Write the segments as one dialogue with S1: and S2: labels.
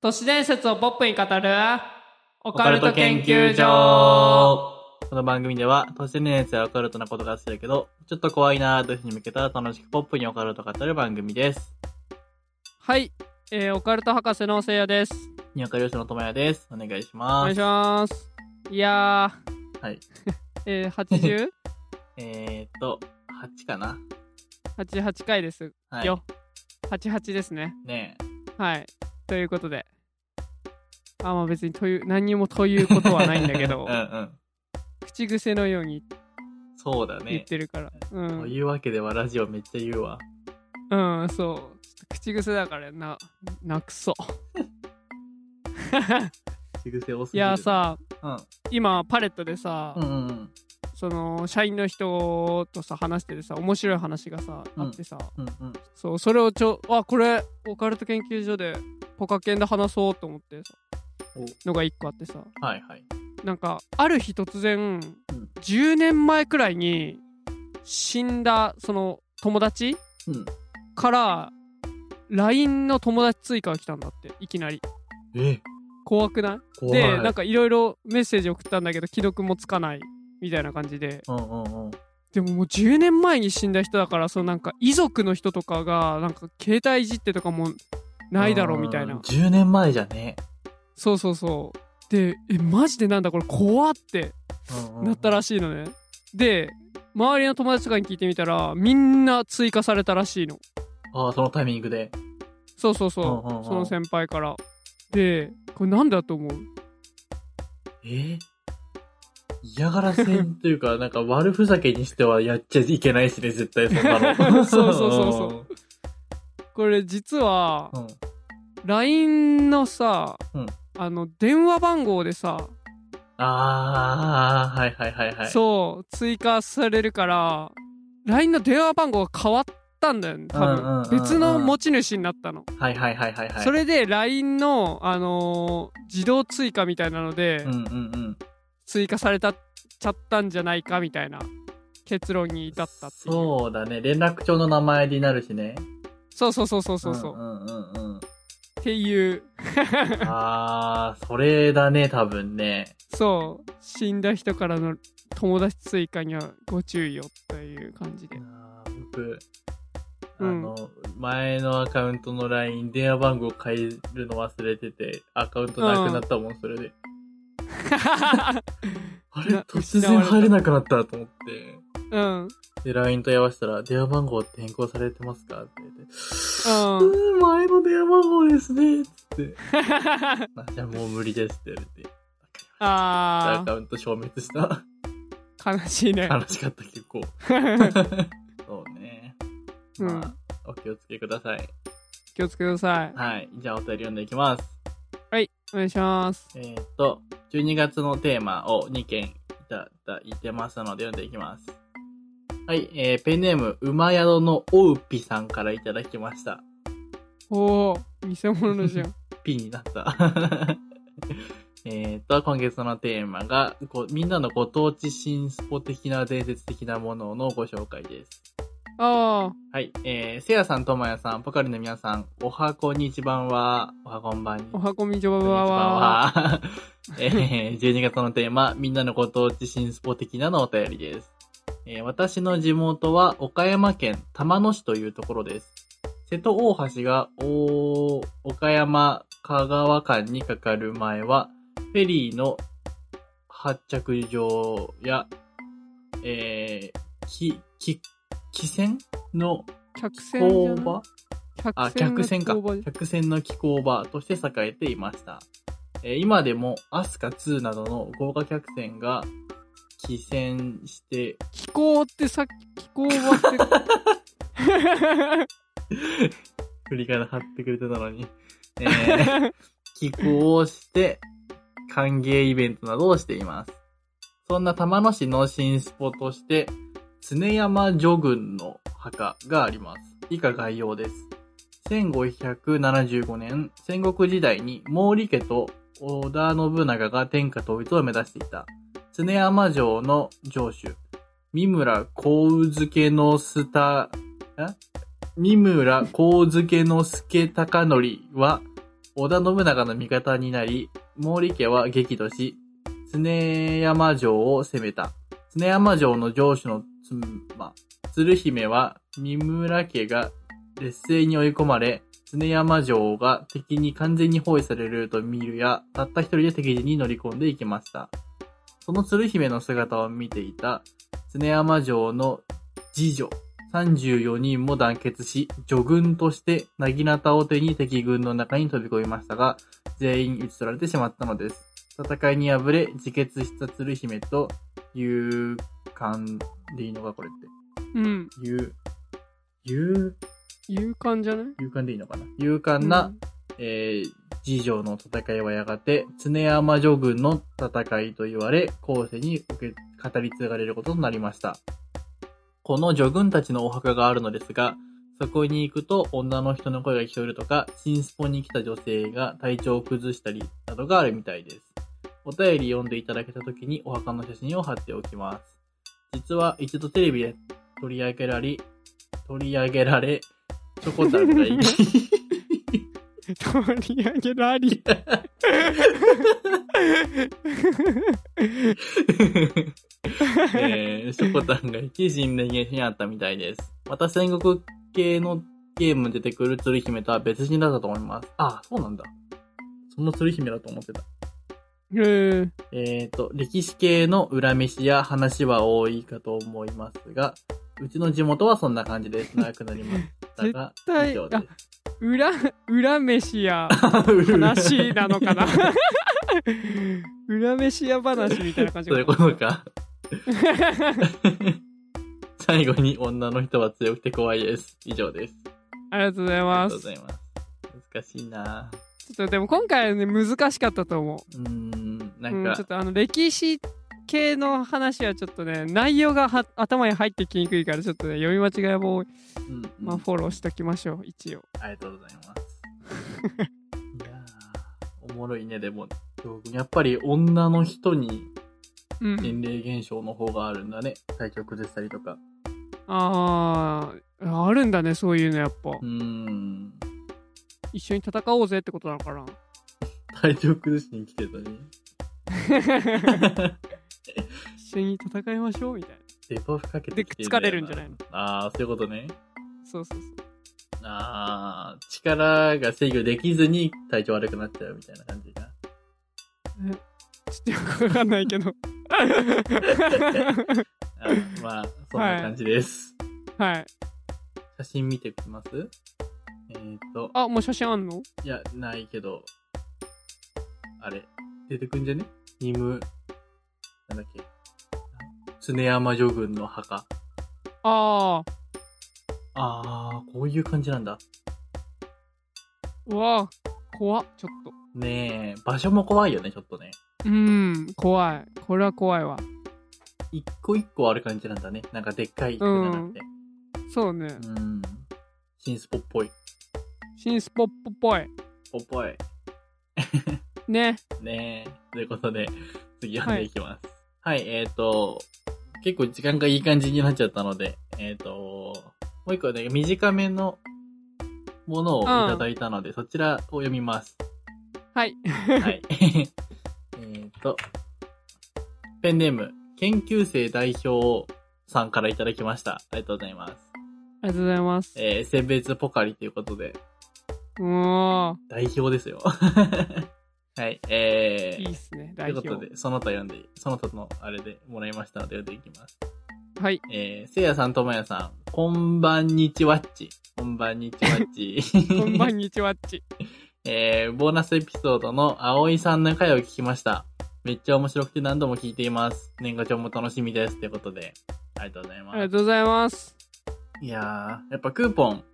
S1: 都市伝説をポップに語るオ
S2: オカ
S1: カ
S2: ル
S1: ル
S2: ト
S1: ト
S2: 研
S1: 研究
S2: 究
S1: 所
S2: 所この番組では、都市伝説やオカルトなことが好きだけど、ちょっと怖いなーという人に向けた楽しくポップにオカルトを語る番組です。
S1: はい、えー、オカルト博士のせいやです
S2: にわかりよしのともやです。お願いし
S1: お
S2: ま
S1: 願い
S2: す。
S1: しますいやー
S2: はい
S1: えー、
S2: えーっと、8かな
S1: 80?88 回です
S2: はい。
S1: よ88ですね
S2: ね
S1: はいということであまあ別にという何にもということはないんだけ
S2: え。う
S1: ど
S2: んうん。
S1: 口癖のように
S2: そうだ
S1: 言っ
S2: ね。
S1: てるから、う
S2: と
S1: ん
S2: いうわけでは、ラジオめっちゃ言うわ。
S1: うんそうちょっと口癖だからななくそ
S2: 口癖多す
S1: い
S2: ぎる。
S1: やさ
S2: うん。
S1: 今パレットでさ、
S2: うんうんうん。
S1: その社員の人とさ話しててさ面白い話がさ、
S2: うん
S1: あってさ
S2: うんうん。
S1: そうそれをちょあこれオカルト研究所でポカケンで話そうと思ってさのが一個あってさ
S2: おはいはい。
S1: なんかある日突然、10年前くらいに死んだその友達
S2: うん。
S1: から LINE の友達追加が来たんだっていきなり
S2: え、
S1: 怖くない
S2: 怖い。
S1: でなんかいろいろメッセージ送ったんだけど既読もつかないみたいな感じで
S2: うんうんうん。
S1: でももう10年前に死んだ人だからそのなんか遺族の人とかがなんか携帯いじってとかもないだろうみたい
S2: うん
S1: な
S2: 10年前じゃね。
S1: そうそうそうでえマジでなんだこれ怖って
S2: うんうんうん
S1: なったらしいのねで周りの友達とかに聞いてみたらみんな追加されたらしいの
S2: ああ、そのタイミングで。
S1: そうそうそう
S2: うんうんうん
S1: その先輩からでこれなんだと思う
S2: え嫌がらせんというか、 なんか悪ふざけにしてはやっちゃいけないしね、絶対そんな の。
S1: そうそうそうそうこれ実は
S2: うん。うん。
S1: LINE のさ、
S2: うん
S1: あの電話番号でさ
S2: ああ、はいはいはいはい。
S1: そう追加されるから LINE の電話番号が変わったんだよね多
S2: うんうんうんう
S1: 分
S2: ん
S1: 別の持ち主になったの、
S2: はいはいはいはいはい。
S1: それで LINE の、あのー自動追加みたいなので
S2: うんうんうん。
S1: 追加されたちゃったんじゃないかみたいな結論に至ったっていう
S2: そうだね。連絡帳の名前になるしね。
S1: そうそうそうそうそうそう、
S2: うんうんうんうん。
S1: っていう
S2: ああ、それだね、多分ね。
S1: そう死んだ人からの友達追加にはご注意をという感じで
S2: あー僕、あ
S1: うん
S2: の、前のアカウントの LINE、電話番号変えるの忘れてて、アカウントなくなったもん、それで。あれ
S1: な
S2: 突然入れなくなったと思っ
S1: うん
S2: て。で、LINE 問い合わせたら、電話番号って変更されてますかって言って。う
S1: うん
S2: ーん、前の電話番号ですね。つって。あじゃあもう無理ですって言われて。ア
S1: あ
S2: カウント消滅した。
S1: ー悲しいね
S2: 悲しかった、結構。 そうね。
S1: うん
S2: まあ、お気をつけください。
S1: 気をつけてください。
S2: はい。じゃあお便り読んでいきます。
S1: はい、お願いします。
S2: えーっと、12月のテーマを2件いただいてますので読んでいきます。はい、えー、ペンネーム、馬宿のおうぴさんからいただきました。
S1: おお、偽物のじゃん。
S2: ピになった。 えーっと、今月のテーマが、こみんなのご当地新スポ的な伝説的なもののご紹介です。
S1: あ
S2: はい、えー、せやさん、ともやさん、ポカリの皆さん、おはこんにちばんは、おはこんばんにち
S1: あ、おはこみじょば
S2: こんにち
S1: ばは。
S2: は。えー12月のテーマ、みんなのご当地新スポ的なのお便りです。えー私の地元は岡山県玉野市というところです。瀬戸大橋がお岡山香川間にかかる前は、フェリーの発着場や、えー、き、き、汽船の
S1: 客船じゃ
S2: 工
S1: ない
S2: 場あ、
S1: 客船
S2: 客船か
S1: の工場じ。
S2: 客船の寄港場として栄えていました。えー今でも、アスカ2などの豪華客船が寄船して、
S1: 気候ってさっき気候はって。
S2: 振り仮名貼ってくれてたのに、えー 寄港をして、歓迎イベントなどをしています。そんな玉野市の新スポとして、常山女軍の墓があります。以下概要です。1575年、戦国時代に毛利家と織田信長が天下統一を目指していた。常山城の城主、三村幸付のスタ、え三村幸付の助高則は、織田信長の味方になり、毛利家は激怒し、常山城を攻めた。常山城の城主の妻、鶴姫は三村家が劣勢に追い込まれ、常山城が敵に完全に包囲されると見るや、たった一人で敵陣に乗り込んでいきました。その鶴姫の姿を見ていた、常山城の次女、34人も団結し、助軍として、なぎなたを手に敵軍の中に飛び込みましたが、全員打ち取られてしまったのです。戦いに敗れ、自決した鶴姫と、勇敢でいいのか、これって。
S1: うん。
S2: 勇、勇、
S1: 勇敢じゃない
S2: 勇敢でいいのかな。勇敢な、えー、次女の戦いはやがて、常山城軍の戦いと言われ、後世に受け語り継がれることとなりました。この女軍たちのお墓があるのですが、そこに行くと女の人の声が聞こえるとか、新スポに来た女性が体調を崩したりなどがあるみたいです。お便り読んでいただけた時にお墓の写真を貼っておきます。実は一度テレビで取り上げられ、取り上げられ、チョコタンがい
S1: うん、取り上げラ リー。
S2: えー、しょこたんが一人でゲーにあったみたいです。また戦国系のゲームに出てくる鶴姫とは別人だったと思います。あ、そうなんだ。その鶴姫だと思ってた。
S1: えー、
S2: えっ、と、歴史系の恨めしや話は多いかと思いますが、うちの地元はそんな感じです。長くなりましたが、
S1: 絶対
S2: 以上です。
S1: 裏、裏飯や話なのか な裏飯や話みたいな感じ
S2: そういうことか。最後に女の人は強くて怖いです。以上です。
S1: ありがとうござい
S2: あり
S1: ま
S2: が
S1: す
S2: とう。ございます。難しいなぁ
S1: ちょっとでも今回はね、難しかったと思う。
S2: うーん、な
S1: うんん、ちょ
S2: か
S1: っ、とあの歴史系の話はちょっとね内容がは頭に入ってきにくいからちょっとね読み間違いも多い、
S2: うんうん
S1: まあ、フォローしときましょう一応
S2: ありがとうございます。 いやーおもろいね、でも、やっぱり女の人に
S1: うん
S2: 年齢現象の方があるんだね。体調崩したりとか。
S1: あーあるんだねそういうのやっぱ、
S2: うーん、
S1: 一緒に戦おうぜってことなの かな
S2: 体調崩しに来てたね。
S1: 一緒に戦いましょうみたいな
S2: デバフかけて
S1: で
S2: きてんだよ
S1: 疲れるんじゃないの
S2: ああ、そういうことね。
S1: そうそうそう
S2: ああ、力が制御できずに体調悪くなっちゃうみたいな感じが。
S1: ちょっとよくわかんない けど
S2: あーまあ、そんな感じです。
S1: はい
S2: 写真見てきますえっ、ー、と、
S1: あもう写真あんの
S2: いや、ないけど、あれ、出てくんじゃねニム、なんだっけ、常山女軍の墓。
S1: ああ
S2: あー、こういう感じなんだ。
S1: うわー怖っちょっと
S2: ねえ、場所も怖いよね、ちょっとね。
S1: うん怖いこれは怖いわ
S2: 一個一個ある感じなんだね。なんかでっかいってなくて。
S1: そうね、
S2: うん。新スポっぽい。
S1: 新スポップっぽい。
S2: ぽっぽい。
S1: ね。
S2: ねえ。ということで、次読んでいきます。はい、えっ、ー、と、結構時間がいい感じになっちゃったので、えっ、ー、と、もう一個ね、短めのものをいただいたので、そちらを読み ます。
S1: はい。
S2: はい。 えっと、ペンネーム、研究生代表さんからいただきました。ありがとうございます。
S1: ありがとうございます。
S2: えー、性別ポカリということで、
S1: うおー
S2: 代表ですよ。 はい、えー、
S1: いいっすね。
S2: と
S1: 代
S2: いうこ
S1: 表。
S2: とで、その他読んで、その他のあれでもらいましたので読んでいきます。
S1: はい。
S2: えー、せいやさんともやさん、こんばんにちわっち。こんばんにちわっち。
S1: こんばんにちはっち。
S2: えー、ボーナスエピソードの葵さんの回を聞きました。めっちゃ面白くて何度も聞いています。年賀状も楽しみです。ということで、ありがとうございま
S1: ありが
S2: す。
S1: とうございます。
S2: いやー、やっぱクーポン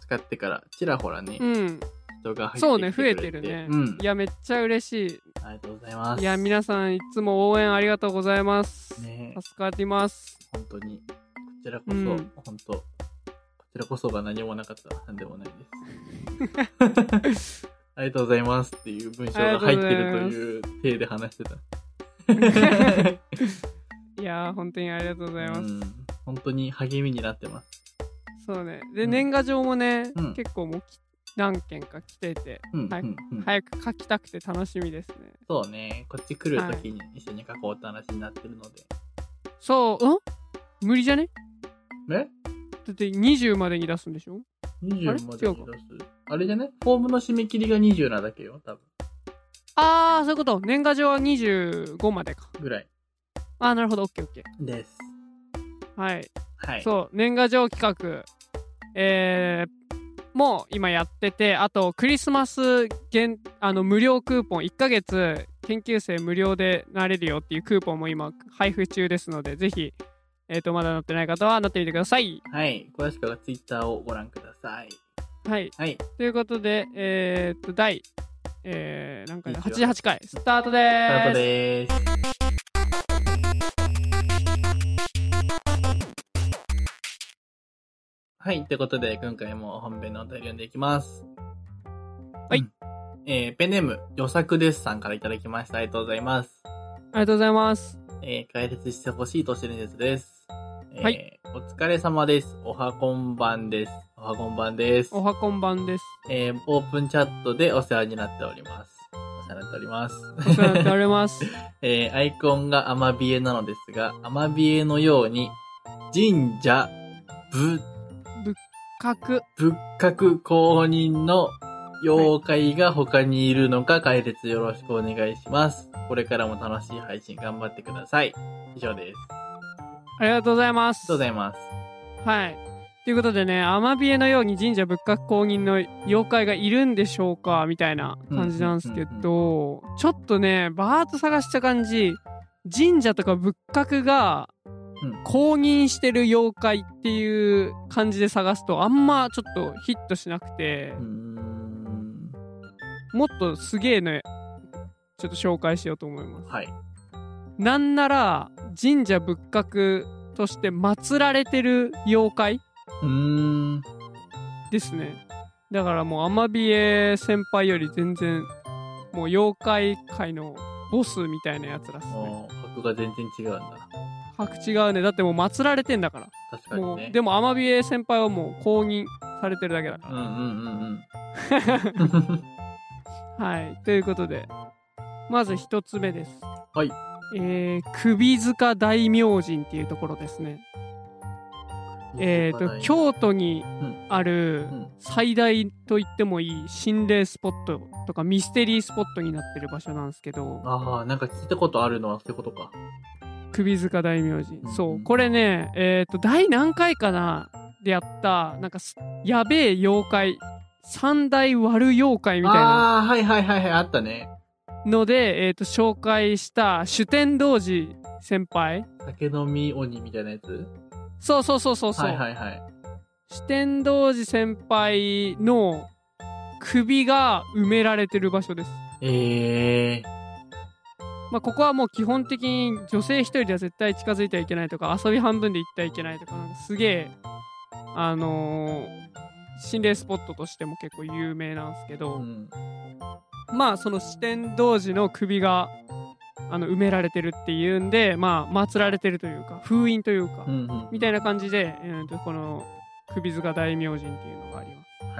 S2: 使ってから、ちらほらね、
S1: うん。
S2: 人が入ってきてくれて。
S1: そうね、増えてるね。
S2: うん
S1: い。や、めっちゃ嬉し
S2: ありがとうございま
S1: い。
S2: す。
S1: いや、皆さん、いつも応援ありがとうございます。
S2: ね
S1: 助かります。
S2: 本当に。こちらこそ、
S1: うん
S2: 本当。こちらこそが何もなかったら何でもない です。ありがとうございますっていう文章が入ってるという体で話してた。
S1: いやー、本当にありがとうございます。
S2: うん本当に励みになってます。
S1: そうね。で、
S2: うん
S1: 年賀状もね、
S2: うん
S1: 結構もうき何件か来てて、
S2: うんうん
S1: はい
S2: うん
S1: 早く書きたくて楽しみですね。
S2: そうね。こっち来るときに一緒に書こうって話になってるので。
S1: そう、うん無理じゃね
S2: え
S1: だって20までに出すんでしょ
S2: ?20
S1: あれ
S2: までに出す。あれじゃねフォームの締め切りが20なだけよ。多分。
S1: あー、そういうこと。年賀状は25までか。
S2: ぐらい。
S1: あー、なるほど。オッケーオッケ
S2: です。
S1: ー。はい。
S2: はい。
S1: そう、年賀状企画。えーもう今やってて、あとクリスマス限あの無料クーポン、1ヶ月研究生無料でなれるよっていうクーポンも今配布中ですので、ぜひ、えっ、と、まだなってない方はなってみてください。
S2: はい。詳しくは Twitter をご覧ください。
S1: はい。
S2: はい。
S1: ということで、えーっと、第、えー、何回だ
S2: 28
S1: ?88 回、スタートで
S2: スター
S1: ー
S2: ト
S1: す。
S2: でーす。はい。ということで、今回も本編のお便り読んでいきます。
S1: はい
S2: うん。えーペンネーム、予作ですさんからいただきました。ありがとうございます。
S1: ありがとうございます。
S2: えー解説してほしい都市伝説です。えー
S1: は
S2: お疲れ様です。おはこんばんです。おはこんばんです。
S1: おはこんばんです。
S2: えーオープンチャットでお世話になっております。お世話になっております。
S1: お世話になっております。
S2: えーアイコンがアマビエなのですが、アマビエのように、神社、ぶ、
S1: 各
S2: 仏閣公認の妖怪が他にいるのか解説よろしくお願いします。これからも楽しい配信頑張ってください。以上です。あ
S1: ありがとうございます。
S2: りがとうございます。
S1: はい。ということでね、アマビエのように神社仏閣公認の妖怪がいるんでしょうかみたいな感じなんですけど、ちょっとね、バーッと探した感じ、神社とか仏閣が
S2: うん
S1: 公認してる妖怪っていう感じで探すと、あんまちょっとヒットしなくて
S2: うー、ん。
S1: もっとすげえの、ちょっと紹介しようと思います。
S2: はい。
S1: なんなら、神社仏閣として祀られてる妖怪
S2: うーん。
S1: ですねだからもうアマビエ先輩より全然もう妖怪界のボスみたいなやつらっすね
S2: もう、格が全然違うんだ。
S1: 白違うねだってもう祀られてんだから、
S2: 確か
S1: も
S2: に
S1: う
S2: ね。
S1: でもアマビエ先輩はもう公認されてるだけだか
S2: うんうんうんうん。
S1: らはいということでまず一つ目です
S2: はい
S1: えー、首塚大明神っていうところですねえー、と京都にある
S2: うん
S1: 最大と言ってもいい心霊スポットとかミステリースポットになってる場所なんですけど
S2: ああ、なんか聞いたことあるのはそういうことか。
S1: 首塚大明神、
S2: うん
S1: そうこれねえっ、と第何回かなでやったなんかすやべえ妖怪三大悪妖怪みたいな
S2: ああー、はいはいはいはい、あったね。
S1: ので、えー、と紹介した主天童子先輩
S2: 酒飲み鬼みたいなやつ
S1: そうそうそうそうそう、
S2: はいはいはい。
S1: 主天童子先輩の首が埋められてる場所です
S2: ええ
S1: まあ、ここはもう基本的に女性一人では絶対近づいてはいけないとか遊び半分で行ってはいけないとかなんかすげえあのー心霊スポットとしても結構有名なんですけ
S2: ー。
S1: ど、
S2: うん。
S1: まあその四天童子の首があの埋められてるっていうんでまあ祀られてるというか封印というか、
S2: うんうん。
S1: みたいな感じで、えーとこの首塚大明神っていうのがあります。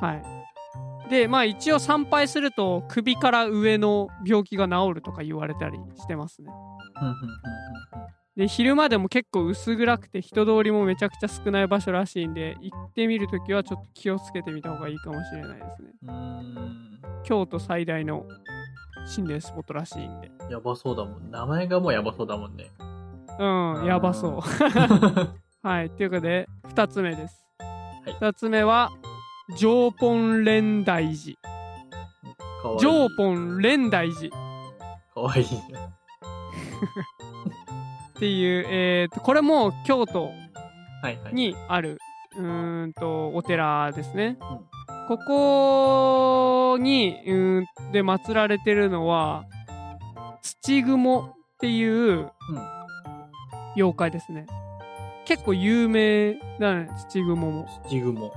S2: はい。
S1: はい。で、まあ一応参拝すると首から上の病気が治るとか言われたりしてますね。
S2: うんうん
S1: で、昼間でも結構薄暗くて人通りもめちゃくちゃ少ない場所らしいんで、行ってみるときはちょっと気をつけてみた方がいいかもしれないですね。
S2: うんうんうん。う
S1: 京都最大の心霊スポットらしいんで。
S2: ーん。やばそうだもん。名前がもうやばそうだもんね。
S1: うん、やば そう。はい。ということで、二つ目です。
S2: はい
S1: 二つ目は、上本蓮大寺。
S2: かわいい。
S1: 上本蓮大寺。
S2: かわいい。
S1: っていう、えー、とこれも京都
S2: はいはい。
S1: にあるうーんとお寺ですね、ここにうーんで祀られてるのは土雲っていう
S2: うん
S1: 妖怪ですね結構有名だね土雲も
S2: 土雲。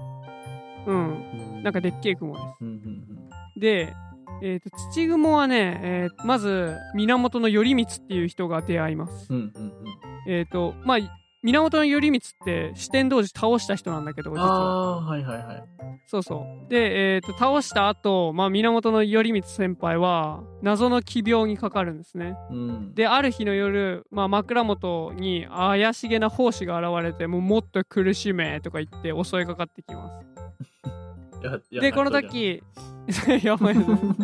S1: うんなんかでっけえ雲です
S2: うんうん
S1: で、えー、と土雲はね、えーまず源頼光っていう人が出会います
S2: うん。うんうん
S1: えっ、と、まあ、源頼光って四天王寺倒した人なんだけど、実は。
S2: ああー、はいはいはい。
S1: そうそう。で、えーと、倒した後、まあ、源頼光先輩は、謎の奇病にかかるんですね。
S2: うん。
S1: で、ある日の夜、まあ、枕元に怪しげな奉仕が現れて、もうもっと苦しめとか言って襲いかかってきます。
S2: やや
S1: で、この
S2: なんかそうじ
S1: 時、 やばいです
S2: ゃ
S1: ね
S2: ん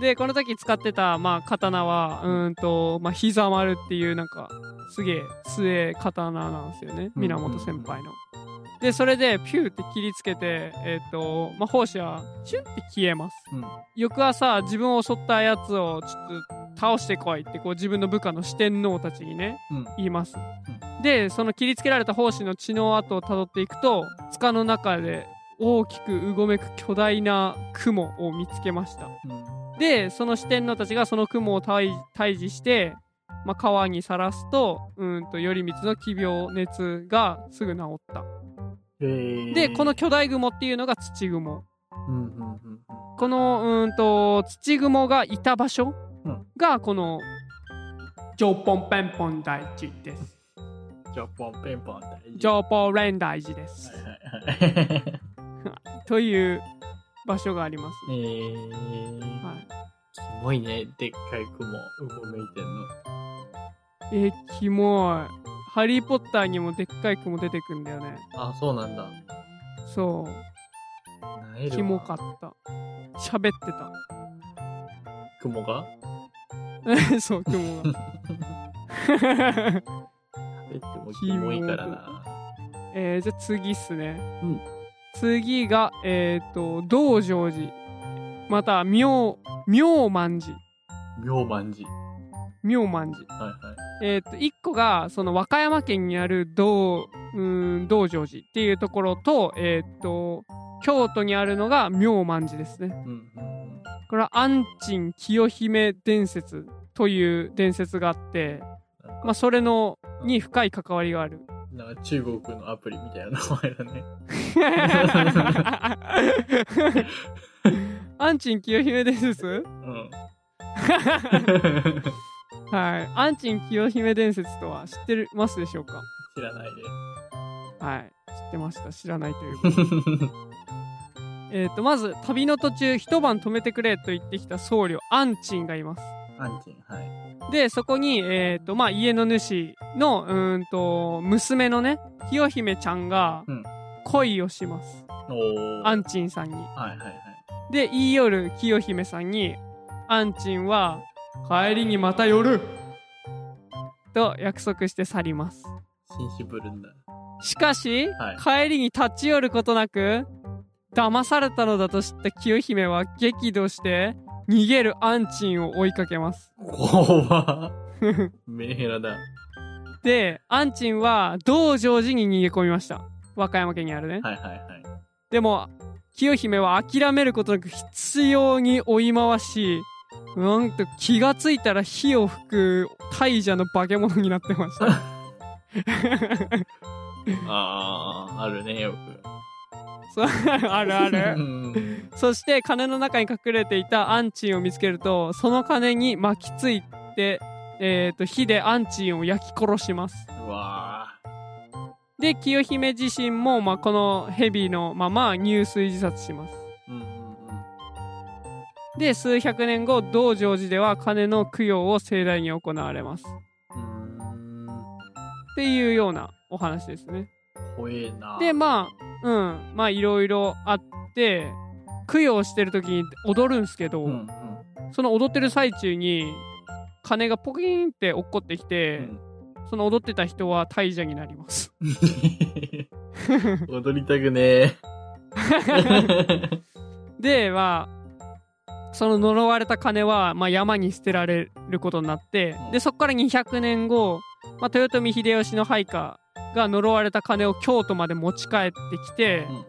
S1: で、この時使ってた、まあ、刀は、うーんと、まあ、膝丸っていう、なんか、すげえ、強い刀なんですよね。
S2: うん
S1: 源先輩の。で、それで、ピューって切りつけて、えっ、と、まあ、奉仕は、チュンって消えます。
S2: うん
S1: 翌朝、自分を襲ったやつを、ちょっと、倒してこいって、こう、自分の部下の四天王たちにね、
S2: うん
S1: 言います。で、その切りつけられた奉仕の血の跡をたどっていくと、塚の中で、大きくうごめく巨大な雲を見つけました。
S2: うん。
S1: でその四天王たちがその雲を退退治して、まあ、川にさらすとうんと頼光の奇病熱がすぐ治った、
S2: えー
S1: でこの、巨大雲っていうのが土雲
S2: うんうんうん
S1: このうんと土雲がいた場所
S2: うん
S1: がこの「ジョーポンペンポン大地」です
S2: うん。ジョポンペンポン大
S1: 「
S2: 事
S1: ジョーポンレン大地」です
S2: はいはいはい
S1: という場所があります、
S2: えー、
S1: はい
S2: すごいね。でっかい雲、うごめいてんの。
S1: えー、キモい「ハリー・ポッター」にもでっかい雲出てくんだよね
S2: あ、そうなんだ。
S1: そう
S2: なえるわ
S1: キモかった。喋って
S2: 雲が
S1: た。 そう、雲が。
S2: えってもキモいからな。
S1: えー、じゃあ次っすね。
S2: うん
S1: 次が、えっ、と、道成寺。また、妙、妙満寺。
S2: 妙満寺。
S1: 妙満寺。
S2: はいはい。
S1: えっ、と、一個が、その和歌山県にある道、うーん、道成寺っていうところと、えっ、と、京都にあるのが妙満寺ですね。
S2: うんうんうん。
S1: これは安珍清姫伝説という伝説があって、
S2: なんか
S1: まあ、それの、に深い関わりがある。
S2: なんか中国のアプリみたいな名前だね。
S1: アンチン清姫伝説
S2: うん。
S1: はい。アンチン清姫伝説とは知ってますでしょうか
S2: 知らない
S1: はい。知ってました。知らないという
S2: で
S1: か。えっと、まず、旅の途中、一晩止めてくれと言ってきた僧侶、アンチンがいます。
S2: アンチン、はい。
S1: で、そこに、えっ、と、まあ、家の主の、うーんと、娘のね、清姫ちゃんが
S2: うん、
S1: 恋をします。
S2: おー。
S1: アンチンさんに。
S2: はいはいはい。
S1: で、言い寄る清姫さんに、アンチンは、帰りにまた寄ると約束して去ります。
S2: 紳士ぶるんだ。
S1: しかし、
S2: は
S1: 帰りに立ち寄ることなく、騙されたのだと知った清姫は激怒して、逃げるアンチンを追いかけます。
S2: 怖っメンヘラだ。
S1: で、アンチンは道成寺に逃げ込みました。和歌山県にあるね。
S2: はいはいはい。
S1: でも、清姫は諦めることなく必要に追い回し、なんと気がついたら火を吹く大蛇の化け物になってま した。
S2: あー、あるね、よく。
S1: そうあるあ
S2: う
S1: る。
S2: ん
S1: そして金の中に隠れていたアンチンを見つけると、その金に巻きついて、えっ、と、火でアンチンを焼き殺します。
S2: うわ
S1: で、清姫自身も、まあ、この蛇のまま入水自殺します。
S2: ー。うんうんうん。
S1: で、数百年後、道成寺では金の供養を盛大に行われます。
S2: うーん
S1: っていうようなお話ですね。
S2: 怖えな。
S1: でまあうんまあいろいろあって供養してる時に踊るんすけど、
S2: うんうん
S1: その踊ってる最中に鐘がポキーンって落っこってき
S2: う
S1: て、
S2: ん。
S1: その踊ってた人は大蛇になり ます。
S2: 踊り たくねえ。
S1: でまあその呪われた鐘は、まあ、山に捨てられることになって、
S2: うん
S1: でそこから200年後、まあ、豊臣秀吉の配下が呪われた鐘を京都まで持ち帰ってきて、
S2: うん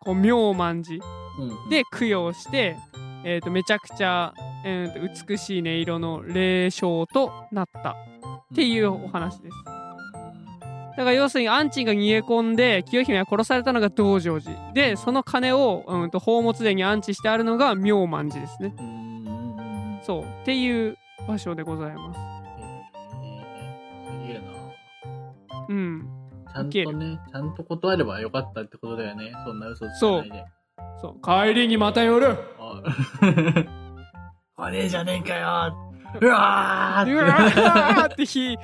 S1: こう妙満寺
S2: うん、
S1: で供養して、えー、とめちゃくちゃ、えーと美しい音色の霊障となったっていうお話ですだから要するにアンチンが逃げ込んで清姫が殺されたのが道成寺でその鐘を、うん、と宝物殿に安置してあるのが妙満寺ですね
S2: うんうんうんうん。
S1: そうっていう場所でございます
S2: えーすげえな。
S1: うん。
S2: ちゃんとね、ちゃんと断ればよかったってことだよね。そんな嘘つかないで。
S1: そう。帰りにまた寄る
S2: あ お姉じゃねえかよう
S1: うわ
S2: わーって
S1: ーって火、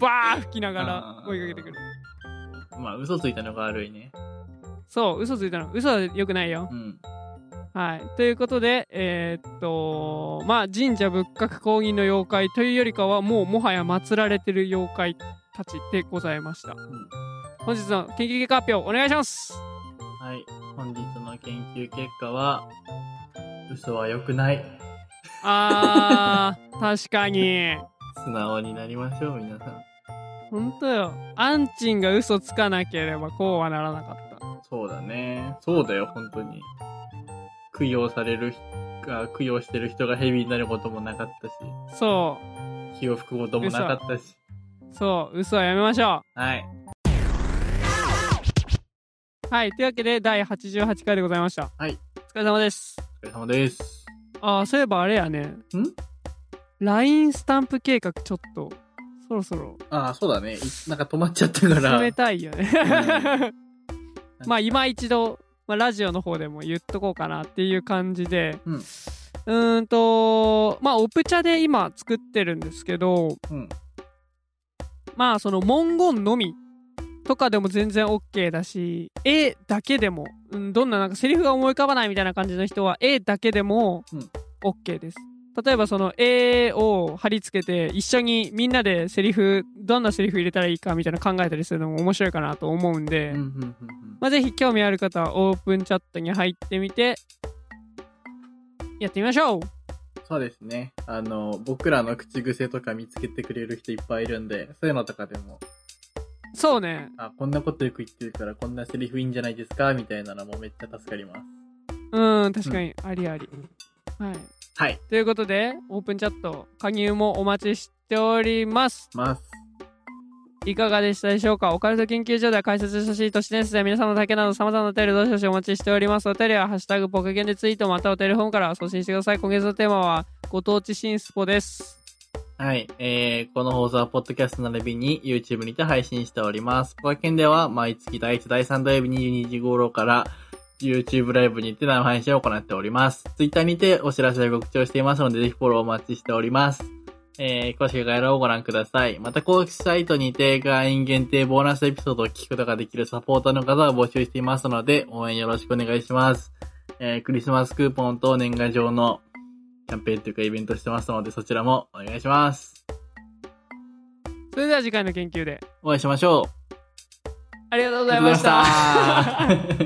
S1: バー吹きながら追いかけてくる。
S2: まあ、嘘ついたのが悪いね。
S1: そう、嘘ついたの。嘘は良くないよ
S2: う。ん。
S1: はい。ということで、えーっと、まあ、神社仏閣公認の妖怪というよりかは、もうもはや祀られてる妖怪たちでございました。
S2: ん
S1: 本日の研究結果発表、お願いします
S2: はい。本日の研究結果は、嘘は良くない。
S1: あー、確かに。
S2: 素直になりましょう、皆さん。
S1: ほんとよ。アンチンが嘘つかなければこうはならなかった。
S2: そうだね。そうだよ、本当に。供養される人が、供養してる人が蛇になることもなかったし、
S1: そ
S2: 火を吹くこともなかったし。
S1: う、そう、嘘はやめましょ
S2: は
S1: う。
S2: い。
S1: はい。というわけで、第88回でございました。
S2: はい。
S1: お疲れ様です。
S2: お疲れ様です。
S1: ああ、そういえばあれやね。ん ?LINE スタンプ計画ちょっと、そろそろ
S2: ああ、そうだね。いなんか止まっちゃったか
S1: 進
S2: ら。
S1: めたいよね。まあ、今一度、まあ、ラジオの方でも言っとこうかなっていう感じで、
S2: うん
S1: うーんと、まあ、オプチャで今作ってるんですけど、
S2: うん
S1: まあ、その文言のみとかでも全然 OK だし、絵だけでも、うん、どんななんかセリフが思い浮かばないみたいな感じの人は、絵だけでも
S2: うん
S1: OK です。例えばその絵を貼り付けて一緒にみんなでセリフどんなセリフ入れたらいいかみたいなの考えたりするのも面白いかなと思うんで、
S2: うんうんうんうん
S1: まあ、ぜひ興味ある方はオープンチャットに入ってみて、やってみましょう
S2: そうですね。あの、僕らの口癖とか見つけてくれる人いっぱいいるんで、そういうのとかでも、
S1: そうね。
S2: あ、こんなことよく言ってるから、こんなセリフいいんじゃないですかみたいなのもめっちゃ助かります。
S1: うん、確かに、ありあり。はい。
S2: はい。
S1: ということで、オープンチャット、加入もお待ちしております。
S2: ます。
S1: いかがでしたでしょうかオカルト研究所では解説したし、都市伝説や皆様の体験など様々なお便りをどしどしお待ちしております。お便りは、ハッシュタグ、ポケゲンでツイート、またはお便りフォームから送信してください。今月のテーマは、ご当地新スポです。
S2: はい。えー、この放送は、ポッドキャスト並びに YouTube にて配信しております。ポカケンでは、毎月第1、第3土曜日22時頃から、YouTube ライブにて生配信を行っております。Twitter にてお知らせや告知をしていますので、ぜひフォローお待ちしております。えー、詳しく概要欄をご覧ください。また、公式サイトにて会員限定ボーナスエピソードを聞くことができるサポーターの方を募集していますので、応援よろしくお願いします。えー、クリスマスクーポンと年賀状のキャンペーンというかイベントしてますので、そちらもお願いします。
S1: それでは次回の研究で、
S2: お会いしましょう。
S1: ありがとうご
S2: あ
S1: ざいました。
S2: りがとうございました。